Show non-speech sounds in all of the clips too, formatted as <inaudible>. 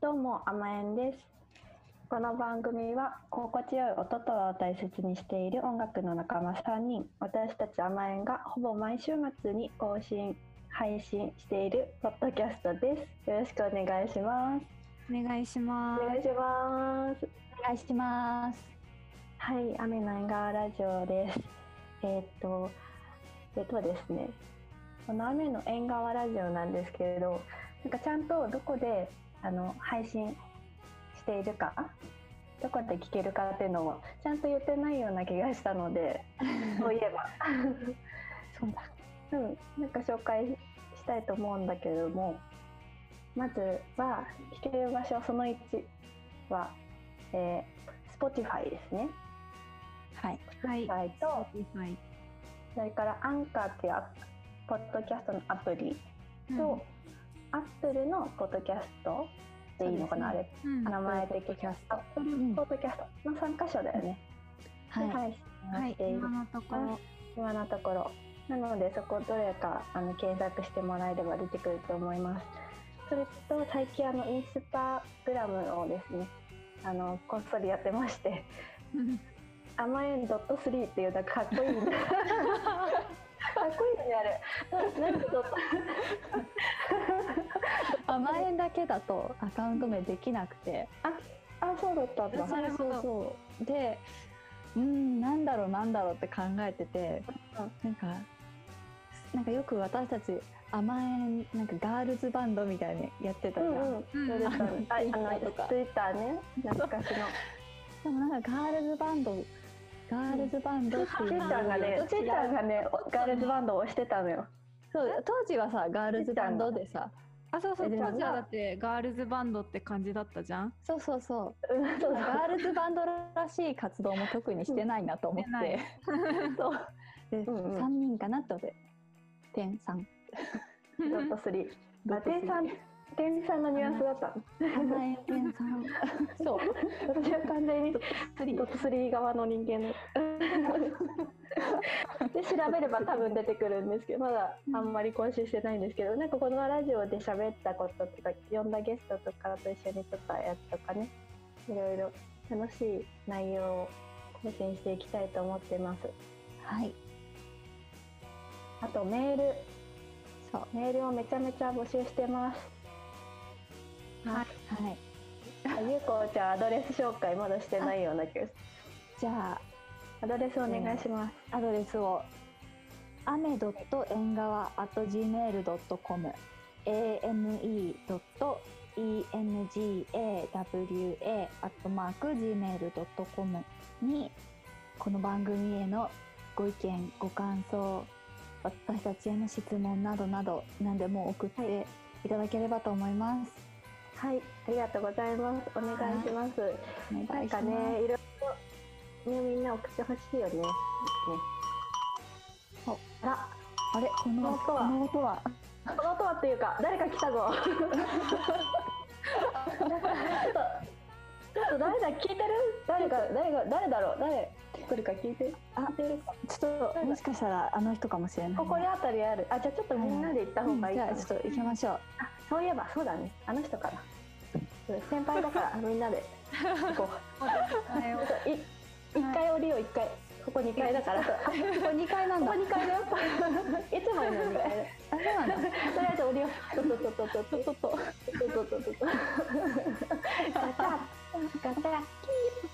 どうも、あまえんです。この番組は心地よい音とはを大切にしている音楽の仲間3人、私たちあまえんがほぼ毎週末に更新配信しているポッドキャストです。よろしくお願いします。お願いしまお願いします。お願いします。はい、雨の縁側ラジオです。えーっと、えーっとですね、この雨の縁側ラジオなんですけれど、なんかちゃんとどこであの配信しているか、どこで聞けるかっていうのをちゃんと言ってないような気がしたの <laughs> で、そういえば、そうだ。 <laughs> うん、なんか紹介したいと思うんだけれども、まずは聞ける場所その1は、えー、Spotify ですね。はい。はい。はい、とはい。それからアンカーっていうアポッドキャストのアプリと、アップルのポッドキャストでいいのかな、そうあでれうん、名前的にアップルポッドキャストの3箇所だよね、はい。ではい。配信をしている、今のところ。今のところなのでそこどれかあの検索してもらえれば出てくると思いますそれと最近あのインスタグラムをですねあのこっそりやってましてアマエンドットスリーっていうなんかかっこいいねかっこいいよねあれ。ななんかドット甘えんだけだとアカウント名できなくてあそうだったんだ。なるほどそうそうでうんなんだろうなんだろうって考えてて、うんなんかなんかよく私たち甘えんなんかガールズバンドみたいにやってたうじゃん、んうん。そうだったね。ああのツイッターね懐かしの。でもなんかガールズバンドガールズバンドってツいイうッターがね私ツイッターがねガールズバンドを押してたのよ。そう当時はさガールズバンドでさあ、そうそう。えでも当時はだってガールズバンドって感じだったじゃん。そうそうそううんそうそう。ガールズバンドらしい活動も特にしてないなと思うんしてって、そうで、うんうん3人かなって思って点3ド <laughs> ットスリー。あ店さん店員さんのニュアンスだったの。甘えん点3そう私は完全にド3ットスリー側の人間 <laughs> の。で調べれば多分出てくるんですけどまだあんまり更新してないんですけどなんかこのラジオで喋ったこととか呼んだゲストとかと一緒に撮ったやつとかねいろいろ楽しい内容を更新していきたいと思ってますはいあとメールそうメールをめちゃめちゃ募集してますはいあゆうこちゃんアドレス紹介まだしてないような気がするじゃあアドレスお願いします、アドレスを雨ドット縁側 at gmail ドットコム ame ドット engawa アットマーク gmail ドットコムにこの番組へのご意見ご感想私たちへの質問などなど何でも送っていただければと思います。はいありがとうございますお願いします、おな願んいしまかす。ね、いろいろ、ね、みんな送ってほしいよね。ね。おああれこのこの音はこの音はら、この音はっていうか、誰か来たぞ。ちょっと、ちょっと誰だ、聞いてる誰か、誰が、誰だろう誰来るか聞いて。あ聞いてるかちょっともしかしたらあの人かもしれないね。ここにあたりある。あ、じゃあちょっとみんなで行った方がいいじかゃなあちょっと行きましょう。そういえば、そうだね。あの人かな。先輩だ <laughs> から、みんなで行こう。い一回降りよう一回ここ二階だからここ二階なんだここ二階だよいつもよりの二階だよあそうなんだ。とりあえず降りようととととととととととととガチャガチャ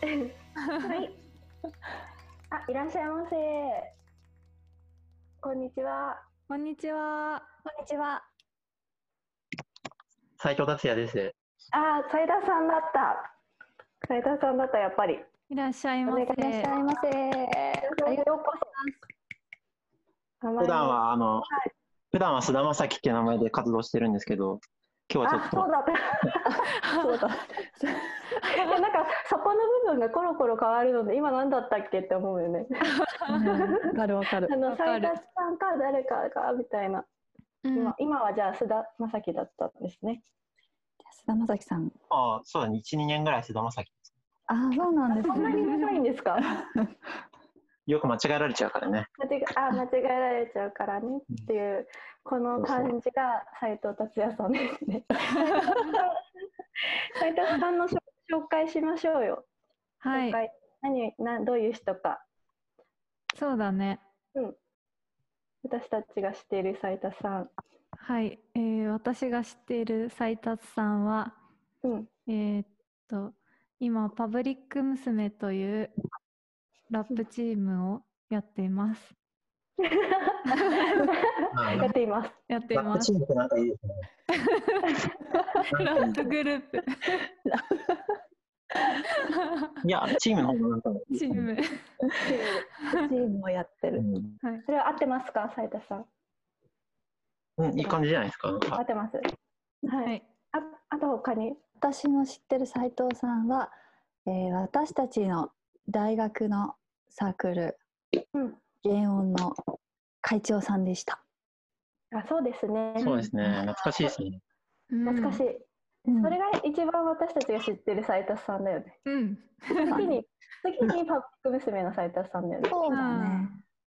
キーはいあいらっしゃいませこんにちはこんにちは。こんにちは。斉藤達也です。あ斉田さんだった斉田さんだったやっぱりいらっしゃいまお願せ。いらっしゃいませ。ありがとようこそ普段はあの、普段は菅田将暉って名前で活動してるんですけど、今日はあ、ちょそっうだ <laughs> った。そうだ。 <laughs> いやなんかそこの部分がコロコロ変わるので今何だったっけって思うよ <laughs> ね。う。わかるわかるあ。のわか斉る田さんか誰かかみたいな。うん今今はじゃあ須田まさきだったんですね。菅田将暉さん。と、ああそうだね、1、2年ぐらい菅田将暉。あそうなんですそんなにね。長いん <laughs> ですか？よく間違えられちゃうからね。間違えあ間違えられちゃうからねって <laughs> いうこの感じが斉藤達也さんですね。斉藤さんの紹紹介しましょうよ。は紹い、介何などういう人か、そうだね。私たちが知っている斉田さん。はい、えー私が知っている斉達さんは、うん、えーっと、今、パブリック娘というラップチームをやっています。 <laughs> やっています。やっていラッまプすチ。ームってなんかいいですね。ラップグループ。いや、チームの方がなんかいいですチね。ーム。チームをやってる。それは合ってますか、斉田さん。うん。うん、いい感じじゃないですか。なん合かってます。はい。はい。あ、あと他に。私の知ってる斉藤さんは、えー私たちの大学のサークル、うん。原音の会長さんでした。あ、そうですね。そうですね。懐かしいですね。懐かしい。い。それが一番私たちが知ってる斉田さんだよね。うん。次に、次にパブリック娘の斉田さんだよね。そうだうんね。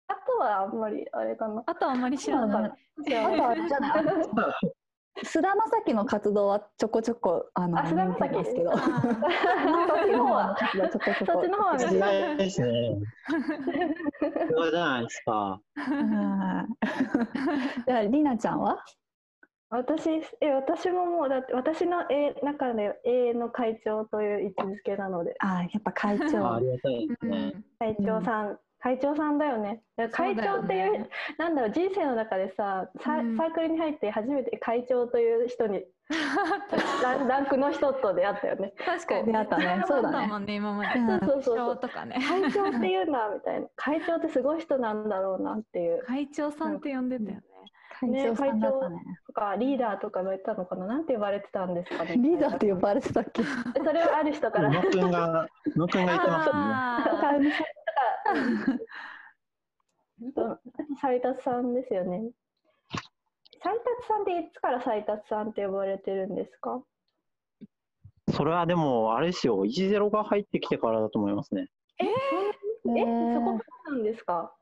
あとはあんまりあれかな。あとはあまり知らだかないら。あとあれじゃない。須田将暉の活動はちょこちょこあのあ菅田見将暉てますけど、あそーっちの方は、活動ちょこちょこそっちの方は時代ですね。すごいじゃないですか。うん <laughs> じゃありなちゃんは？私え私ももうだって私のえ中で永遠の会長という位置づけなのであやっぱ会あ長あり。がたいですね。会長さん、会長さんだよねだから会長っていうそうだよねなんだろう人生の中でさサ,、うんサークルに入って初めて会長という人にランランクの人と出会ったよね確かに出会ったねそうだ出ね会ったもんね今までうんそうそうそ人うとかね会長っていうなみたいな会長ってすごい人なんだろうなっていう会長さんって呼んでたよね会長さんだったね。とかリーダーとかが言ったのかななんて呼ばれてたんですかねリーダーって呼ばれてたっけ？それはある人から野くんが、野くんが言ってましたね。あ <laughs> そう斉達さんですよね。斉達さんっていつから斉達さんって呼ばれてるんですかそれはでも、あれですよ、10が入ってきてからだと思いますね。え、へーそこからなんですか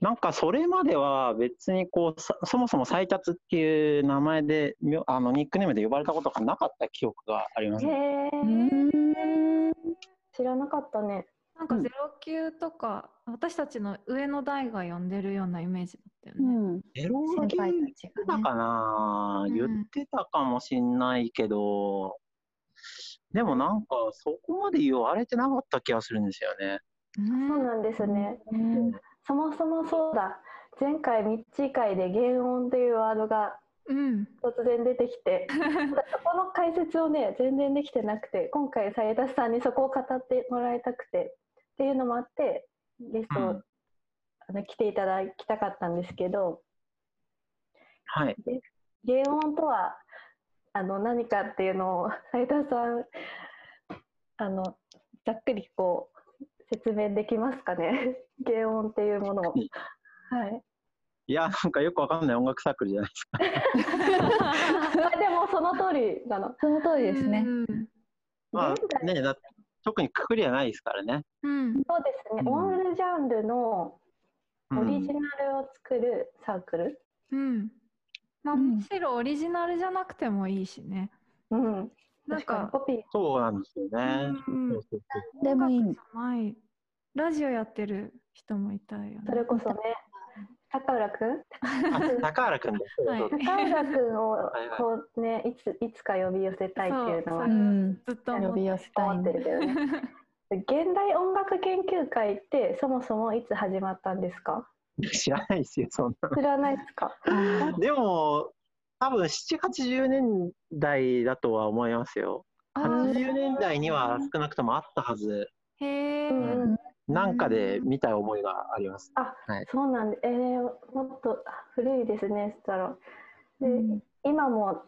なんかそれまでは別にこうさそもそも最達っていう名前でみょあのニックネームで呼ばれたことがなかった記憶がありますへね。え、うーん知らなかったね。なんかゼロ九とか私たちの上の代が呼んでるようなイメージだったようねんエロ先が輩言ったちてたね。かな、うん言ってたかもしんないけど、でもなんかそこまで言われてなかった気がするんですよね。うんそうなんですね。そもそもそうだ。前回、ミッチー会で原音というワードがうん突然出てきて、そこの解説をね、全然できてなくて、今回、斉達さんにそこを語ってもらいたくて、っていうのもあって、ゲストを、うんあの来ていただきたかったんですけど、 <laughs> はい。原音とはあの何かっていうのを斉田さんあのざっくりこう説明できますかね <laughs> 原音っていうものを。いはい、いや、なんかよくわかんない音楽サークルじゃないですか。あでもその通りだな。その通りですね。うんま現あ在ね、だって特にくくりはないですからね。うそんうですね、うんオールジャンルのうんオリジナルを作るサークル、うんまあうんむしろオリジナルじゃなくてもいいしねうんなん確かにかコピーそうなんですよね。うんそうそうそうでもいい音楽じゃないラジオやってる人もいたよねそれこそね高浦くんあ高原君です。はい高浦くんをいはいこう、ね、いついつか呼び寄せたいっていうのはそううんずっと思呼っび寄せたい思ってね。るけど <laughs> ね。現代音楽研究会ってそもそもいつ始まったんですか知らないですよ、そんな知らないです <laughs> かの。でも、多分7、80年代だとは思いますよ。あー80年代には少なくともあったはず、へえ、うんうんなんかで見た覚えがあります。そうなんでえー、もっと古いですねそしたらで、うん今も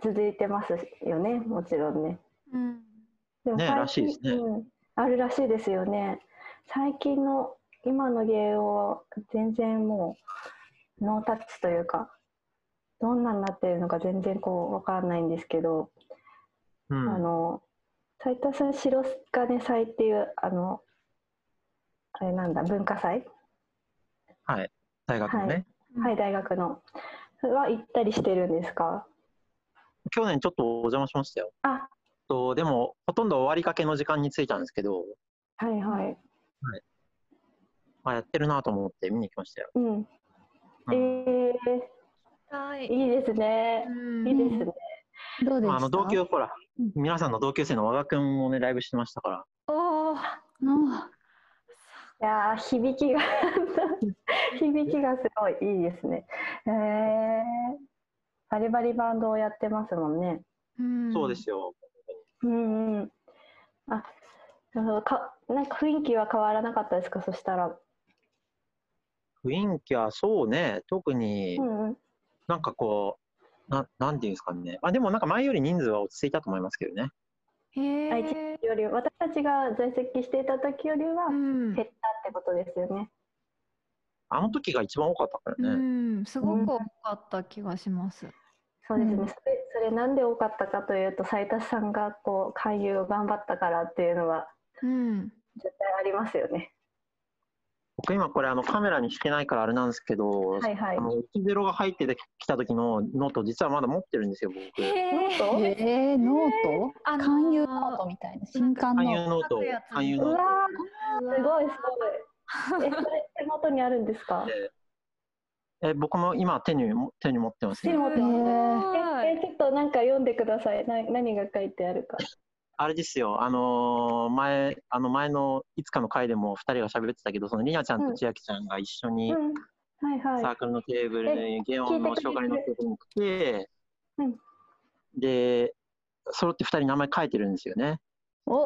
続いてますよねもちろんねうんでもねらしいですねうん、あるらしいですよね最近の今の芸を全然もうノータッチというかどんなになってるのか全然こうわかんないんですけどうあん、の斉藤さん白金祭っていうあのあれなんだ文化祭、大学のね。はい大学のは行ったりしてるんですか去年ちょっとお邪魔しましたよ。あとでも、ほとんど終わりかけの時間に着いたんですけど、はいはい。あ、やってるなと思って見に来ましたよ。うん。うえんー、はい。いいですね。うんいいですね。どうでましあたあの同級、ほらうん、皆さんの同級生の和賀くんもね、ライブしてましたから、おお。うんいやー響きが響きがすごいいいですね。へえバリバリバンドをやってますもんね。うんそうですよ。うんうん。あ、なるほど。かなんか雰囲気は変わらなかったですか。そしたら。雰囲気はそうね、特にうんうん。なんかこう、ななんていうんですかね、あでもなんか前より人数は落ち着いたと思いますけどね。へあ一え。より私たちが在籍していた時よりはう減っんたっ。てことですよね。あの時が一番多かったからうね。ん、すごく多かった気がします。そうですね、うんそれそれなんで多かったかというと斉田さんがこう勧誘を頑張ったからっていうのはうん。絶対ありますよね。僕今これあのカメラにしてないからあれなんですけど、はいはいあ。の10が入ってきた時のノート、実はまだ持ってるんですよ、僕。ノへートえー、ノート、あのー勧誘ノートみたいな新刊勧の誘ノート書くや、つ勧誘うノート。わーすすごいすごい。えそれ手元にあるんですか？え僕も今手に手に持ってます手にね。持ってすます。えい。えちょっとなんか読んでください。な何が書いてあるか。あれですよ、あのー前あの前のいつかの回でも2人が喋ってたけど、そのりなちゃんと千秋ちゃんが一緒にうん。はいはい。サークルのテーブルで、原音の紹介のテーブルに来て、うんで、揃って2人名前書いてるんですよね。お、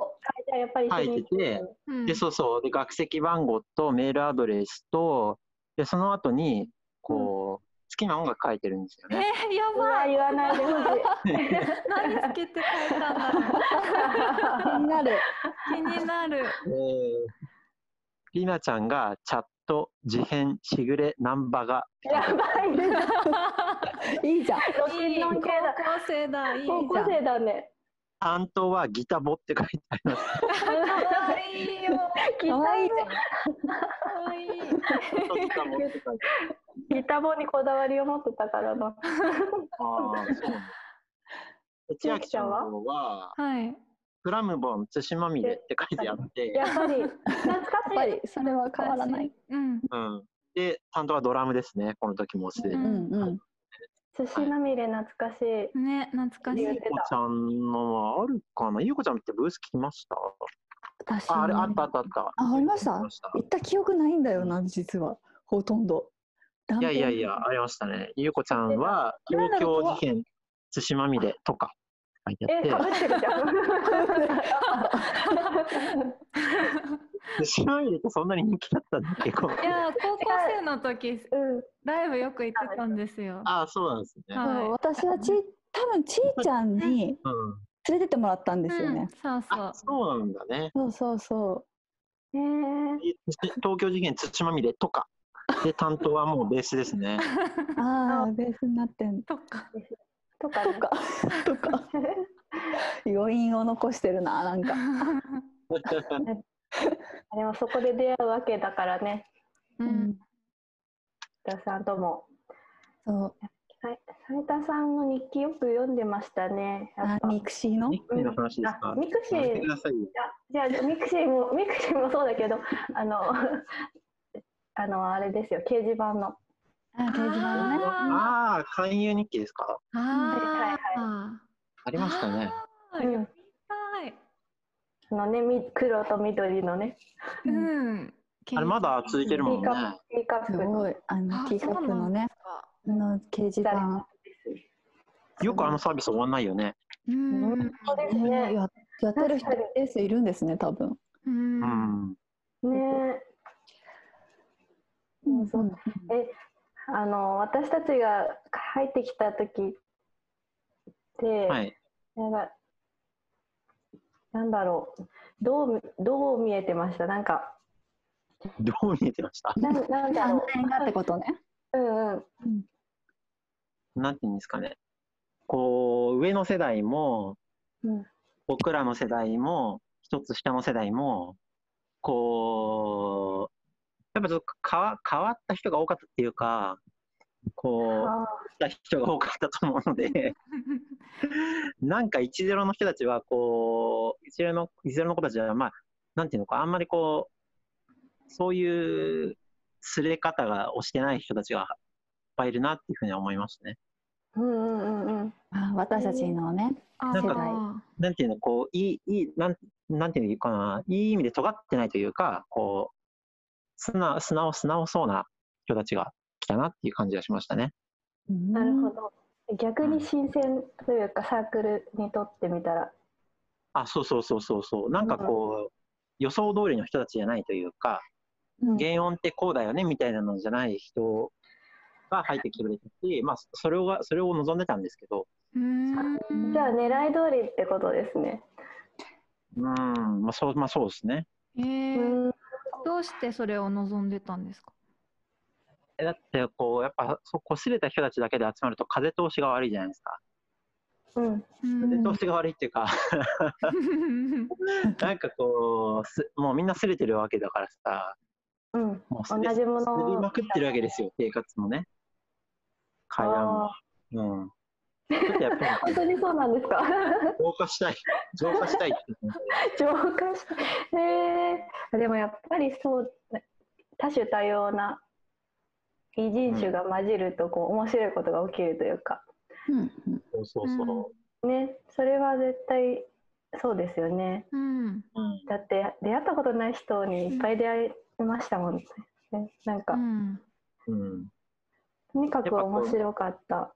じゃあやっぱり一緒に書いててうんで、そうそう、で学籍番号とメールアドレスと、でその後にこう、好きな音楽書いてるんですよえね。ー、やうばわい。言わないでほしい。何つけて書いたんだろう。 <laughs> 気に気にななる。る。えーりなちゃんがチャット、事変、しぐれ、ナンバが <laughs> やばいです。いいじゃん。ロいケい高の系だ。校生だ。いいじゃ高ん。校生だ <laughs> ね。担当はギタボって書いてあり <laughs> ます。可愛いよ。ギタ可愛いー可愛い。ギタボって書いてギターボにこだわりを持ってたからな。ああ、そうなんだ。で千秋ちゃんの方は、はい。クラムボン土まみれって書いてあって、やっぱり懐かやっぱしい。りそれは変わらない。。うん。うん。で、担当はドラムですね、この時もうすでに。ううんんうん。寿司まみれ懐かしい。ね、懐かしい言。っゆうてこちゃんのはあるかなゆうこちゃんってブース来ました私ああれ、あったあったあった。あありました行った記憶ないんだよな実はほとんど。いやいやいや、ありましたね。ゆうこちゃんは、なんだ東ろ京う事件土まみれとか書いてあっえ、てか、ぶってるじ <laughs> ゃん。土まみれってそんなに人気だったんだっけど。 <laughs> いやー、高校生の時、うん。ライブよく行ってたんですよ。ああ、そうなんですね。多はい分私はち多分ちいちゃんにうん。連れてってもらったんですようんね。そうそあう、。そうなんだね。そうそうそえー、東京事件土まみれとか。で、担当はもうベースですね。う。ああベースになってん <laughs> とか。とか、とか <laughs> とか余韻を残してるななんか。 <laughs> でもそこで出会うわけだからね、 <laughs> う。うんん。斉田さんとも。そう。はい斉田さんの日記よく読んでましたね。やあっぱミクシーのミクシーの話ですあか。ミクシやめーてくださいよ。じゃあじゃあミクシーも <laughs> ミクシーもそうだけど、あの <laughs> あのあれですよ掲示板の。あ掲示板のね。あああ、勧誘日記ですか。ーあー。ありましたね。あー。うん読みたい。あのねみ黒と緑のねうん。あれまだ続いてるもんね。ティーカッすプのごいあのあ T カップのね。あの掲示板。よくあのサービス終わんないよね。うん。そうですねね。ややってる人ベースいるんですね多分。う。うんん。ねうんそうえあの私たちが入ってきた時って、はい。なんかなんだろうどうどう見えてましたなんかどう見えてました。なんなんだろ安全がってことね。ううんうんなんて言うんですかね。こう、上の世代も、うん僕らの世代も、一つ下の世代も、こう、やっぱちょっと変わ変わった人が多かったっていうか、こう、あ変わった人が多かったと思うので、なんか10の人たちは、こう、10の、10の子たちは、まあ、なんていうのか、あんまりこう、そういうすれ方が押してない人たちがいっぱいいるなっていうふうには思いましたね。うんうんうんうん。あ私たちのね、あなんかーなんていうの、こう、いい、いい、なん、なんていうかな、いい意味で尖ってないというか、こう、素直、素直、素直そうな人たちが来たなっていう感じがしましたね。なるほど。逆に新鮮というかサークルにとってみたら、あ、そうそうそうそうそう。なんかこう、予想通りの人たちじゃないというか、うん原音ってこうだよねみたいなのじゃない人が入ってきてくれてて、まあ、それを、それを望んでたんですけど、うーんじゃあ狙い通りってことですね。うん、まあそう、まあそうですね。えうー、ん。どうしてそれを望んでたんですかえだって、こう、やっぱ、そうこすれた人たちだけで集まると風通しが悪いじゃないですか。うん。風通しが悪いっていうか、 <laughs> うんなんかこうす、もうみんなすれてるわけだからさ、うん。もうすれ同じものをすりまくってるわけですよ、生活もね。会話も。うん。ちょっとやっぱ本り当にそうなんですか。 <laughs> 浄化したい、浄化したいって言って浄化した。えー、でもやっぱりそう多種多様な異人種が混じるとこう面白いことが起きるというかうんうんそうそうそう。ねそれは絶対そうですよねうんうんだって出会ったことない人にいっぱい出会いましたもんねなんか、うんうんとにかく面白かった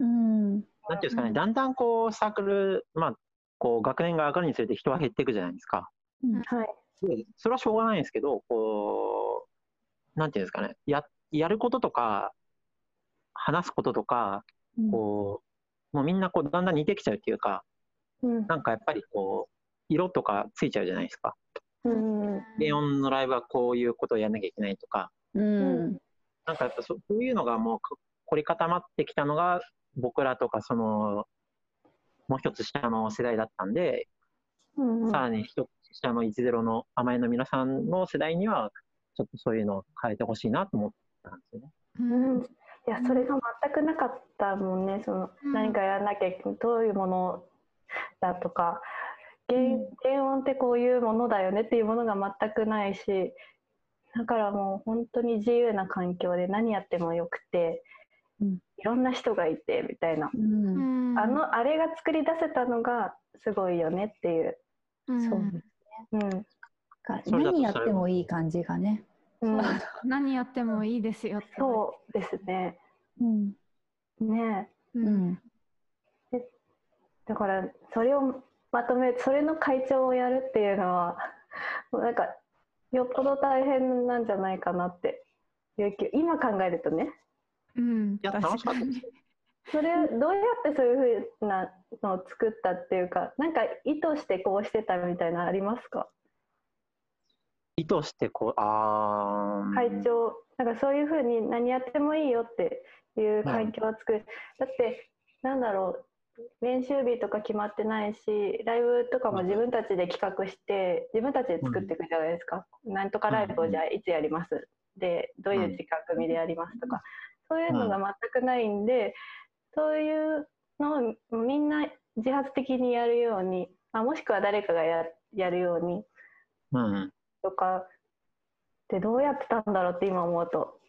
うんなんていうんですかうね、んだんだんこうサークル、まあ、こう学年が上がるにつれて人は減っていくじゃないですか。はいでそれはしょうがないんですけど、こう、なんていうんですかね、ややることとか、話すこととか、うんこう、もうみんなこうだんだん似てきちゃうっていうか、うんなんかやっぱりこう、色とかついちゃうじゃないですか。うんうんレオンのライブはこういうことをやんなきゃいけないとか、うんなんかやっぱそそういうのがもうか凝り固まってきたのが僕らとかそのもう一つ下の世代だったんで、うんうんさらに一つ下の10の甘えの皆さんの世代にはちょっとそういうのを変えてほしいなと思ったんですよね。うんいやそれが全くなかったもんねその、うん何かやらなきゃいけどういうものだとか原うん原音ってこういうものだよねっていうものが全くないしだからもう本当に自由な環境で何やってもよくて、うんいろんな人がいてみたいな、うんうんあのあれが作り出せたのがすごいよねっていう。うんそううんかそれだと何やってもいい感じがね。うん、 <laughs> 何やってもいいですよってそうですねうんねえううんんだからそれをまとめそれの会長をやるっていうのはもうなんかよっぽど大変なんじゃないかなっていう気今考えるとねうんいや楽確しかかったですにそれどうやってそういうふうなのを作ったっていうかなんか意図してこうしてたみたいなのありますか意図してこう、あー会長なんかそういうふうに何やってもいいよっていう環境を作る、だってなんだろう練習日とか決まってないしライブとかも自分たちで企画して自分たちで作っていくじゃないですか、なんとかライブをじゃあいつやりますでどういう時間組でやりますとか、そういうのが全くないんで、そういうのをみんな自発的にやるようにあもしくは誰かがややるようにうん。とかってどうやってたんだろうって今思うと。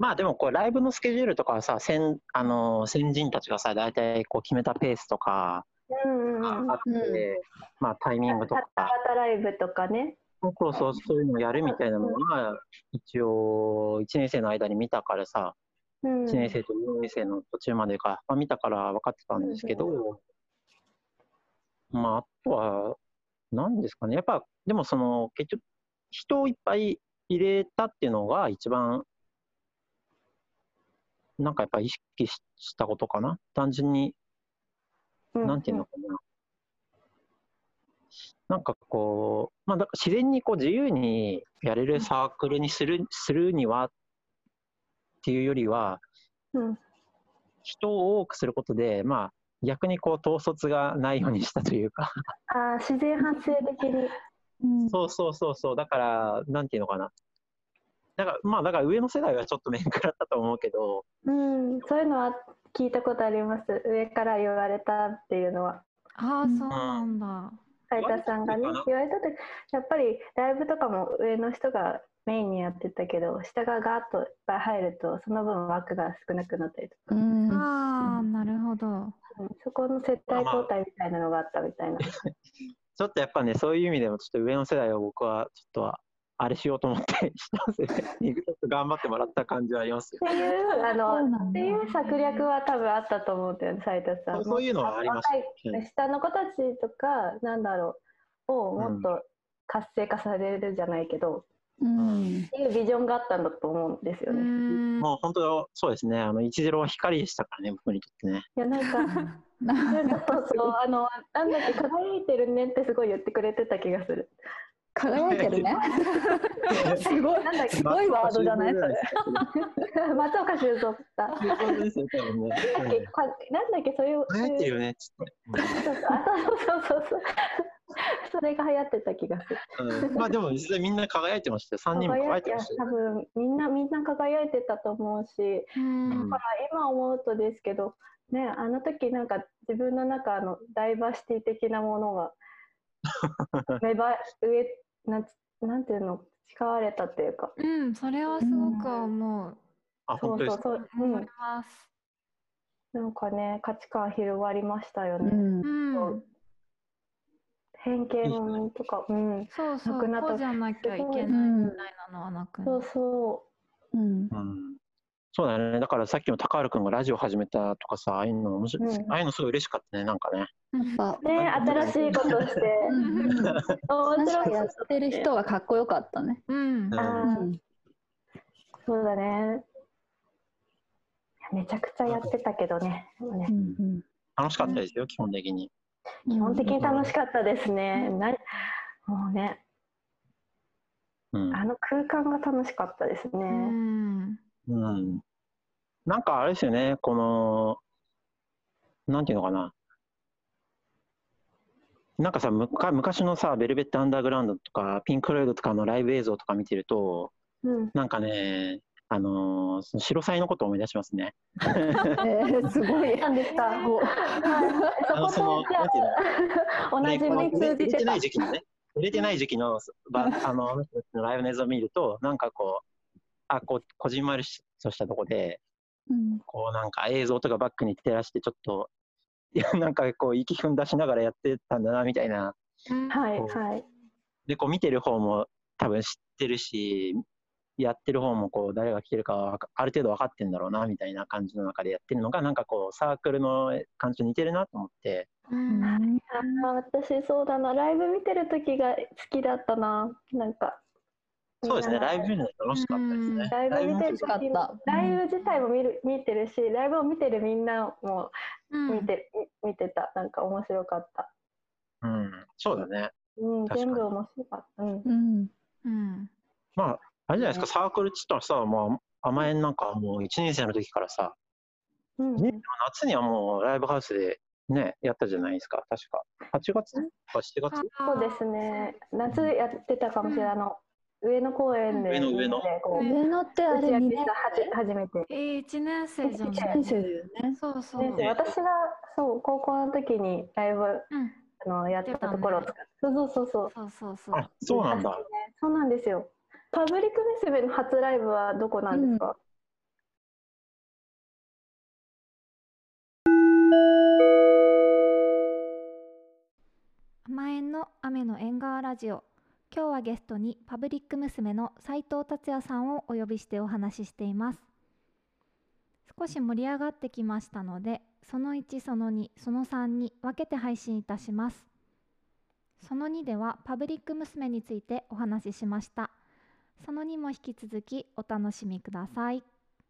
まあでもこうライブのスケジュールとかはさ、先あの先人たちがさ、大体こう決めたペースとかうんうんうがん。あって、まあタイミングとか。タタライブとかね。そうそう、そういうのをやるみたいなのは、一応、1年生の間に見たからさ、うん。 1年生と2年生の途中までか、まあ、見たから分かってたんですけど、まあ、あとは、何ですかね、やっぱ、でもその、結局、人をいっぱい入れたっていうのが一番、なんかやっぱ意識ししたことかな。単純にうなんていうのかな。なんかこう、まあ、だから自然にこう自由にやれるサークルにするするにはっていうよりは、うん人を多くすることで、まあ、逆にこう統率がないようにしたというか、あー自然発生的に。うんそうそうそうそう、だから、なんていうのかな。だから、まあ、だから上の世代はちょっと面食らったと思うけど、うん、そういうのは聞いたことあります。上から言われたっていうのは。ああ、そうなんだ。斉田さんがね言われた時かな、言われた時、やっぱりライブとかも上の人がメインにやってたけど、下がガーッといっぱい入ると、その分枠が少なくなったりとか、うんああ、なるほど。うんそこの世代交代みたいなのがあったみたいな。ちょっとやっぱね、そういう意味でも、ちょっと上の世代は僕は、ちょっとは、あれしようと思って、下の世代にちょっと頑張ってもらった感じはありますよ。っていう、あそうの、なっんてだいう策略は多分あったと思うんだよね、斉田さそんうも。そういうのはありました若い下の子たちとか、なんだろう、をもっと活性化されるじゃないけど、うんっていうビジョンがあったんだと思うんですようね。ーん。もう本当、そうですね、あの1-0は光でしたからね、僕にとってね。いや、なんか、なんかそうそう、あの、なんだっけ、輝いてるねってすごい言ってくれてた気がする。輝いてるねすごいなんだっけす、ごいワードじ <laughs> ゃないそれ松岡修造だ。なんだっそうですよ、多分ね。け、かなんだっけ、そういう。流行ってるよね、ちょっとね。そうそうあそうそうそうそう。それが流行ってた気がする。うんまあでも実際みんな輝いてましたよ。3人も輝いてました多よ。分、みんな、みんな輝いてたと思うし。うんまあ、今思うとですけど、ね、あの時なんか自分の中のダイバーシティ的なもの <laughs> が芽生え上なんつなんていうの誓われたっていうかうん、それはすごく思う。あ、そ本当うでそすう。そう、う思いん、ます。なんかね価値観広がりましたようね、んうん。偏見とか、うん、そうそなくなう、ったこうじゃなきゃいけすごいないみたいなのはなくなそうる。そうんうんそうだよね。だからさっきの高原くんがラジオ始めたとかさ、ああいうの面白い、うんああいうのすごい嬉しかったね、なんかね。やっうね新しいことしてうん面確白かいやってる人がかっこよかったね。うん。うあんーそうだねいやめちゃくちゃやってたけどねでもねうん楽しかったですよ、基本的に。うん基本的に楽しかったですね、なもうねうん。あの空間が楽しかったですね。うん。うん、なんかあれですよね、この、なんていうのかな。なんかさ、むか昔のさ、ベルベット・アンダーグラウンドとか、ピンク・ロイドとかのライブ映像とか見てると、うん、なんかね、あのーその白祭のことを思い出しますね。えーすごい。なんですか。そことじゃあの、その、なんていうのあ同じねこのに通売じれててなたい。時期のね、売れてない時期の <laughs> ばあのあの人たちのライブの映像を見ると、なんかこう、あこうこじんまりとしたとこで、うんこうなんか映像とかバックに照らして、ちょっと、いやなんかこう、息踏んだしながらやってたんだなみたいな、うんはいはい。で、こう見てる方も多分知ってるし、やってる方もこう誰が来てるかはわかある程度分かってんだろうなみたいな感じの中でやってるのが、なんかこう、サークルの感じと似てるなと思って、うんあー私そうだなライブ見てる時が好きだったななんか。そうですね、みんなライブ見るの楽しかったですね。ライブ見てる時ライブ見てる時楽しかったライブ自体も見る見てるし、ライブを見てるみんなもうん見て、見てたなんか面白かった。うん、そうだね。うん確かに全部面白かった。うん。うんうん。まあ、あれじゃないですか、サークルっつったらさ、まあ、甘えんなんかもう1年生の時からさ、うんね夏にはもうライブハウスでね、やったじゃないですか、確か。8月とか7月そうですね。夏やってたかもしれない。あの上野公園で上野み上野んなでこうね上野ってあ打ちれ上二げ年したはじ初めて。えー、一年生じゃん。一生だよね。そうそう。で私がそう高校の時にライブうん。あのやったところを使って、そうそうそうそうそうそうそう。あ、そうなんだ。そうなんですよパブリック娘の初ライブはどこなんですか、甘えんの雨の縁側ラジオ今日はゲストにパブリック娘の斉藤達也さんをお呼びしてお話ししています少し盛り上がってきましたのでその1その2その3に分けて配信いたしますその2ではパブリック娘についてお話ししましたその2も引き続きお楽しみください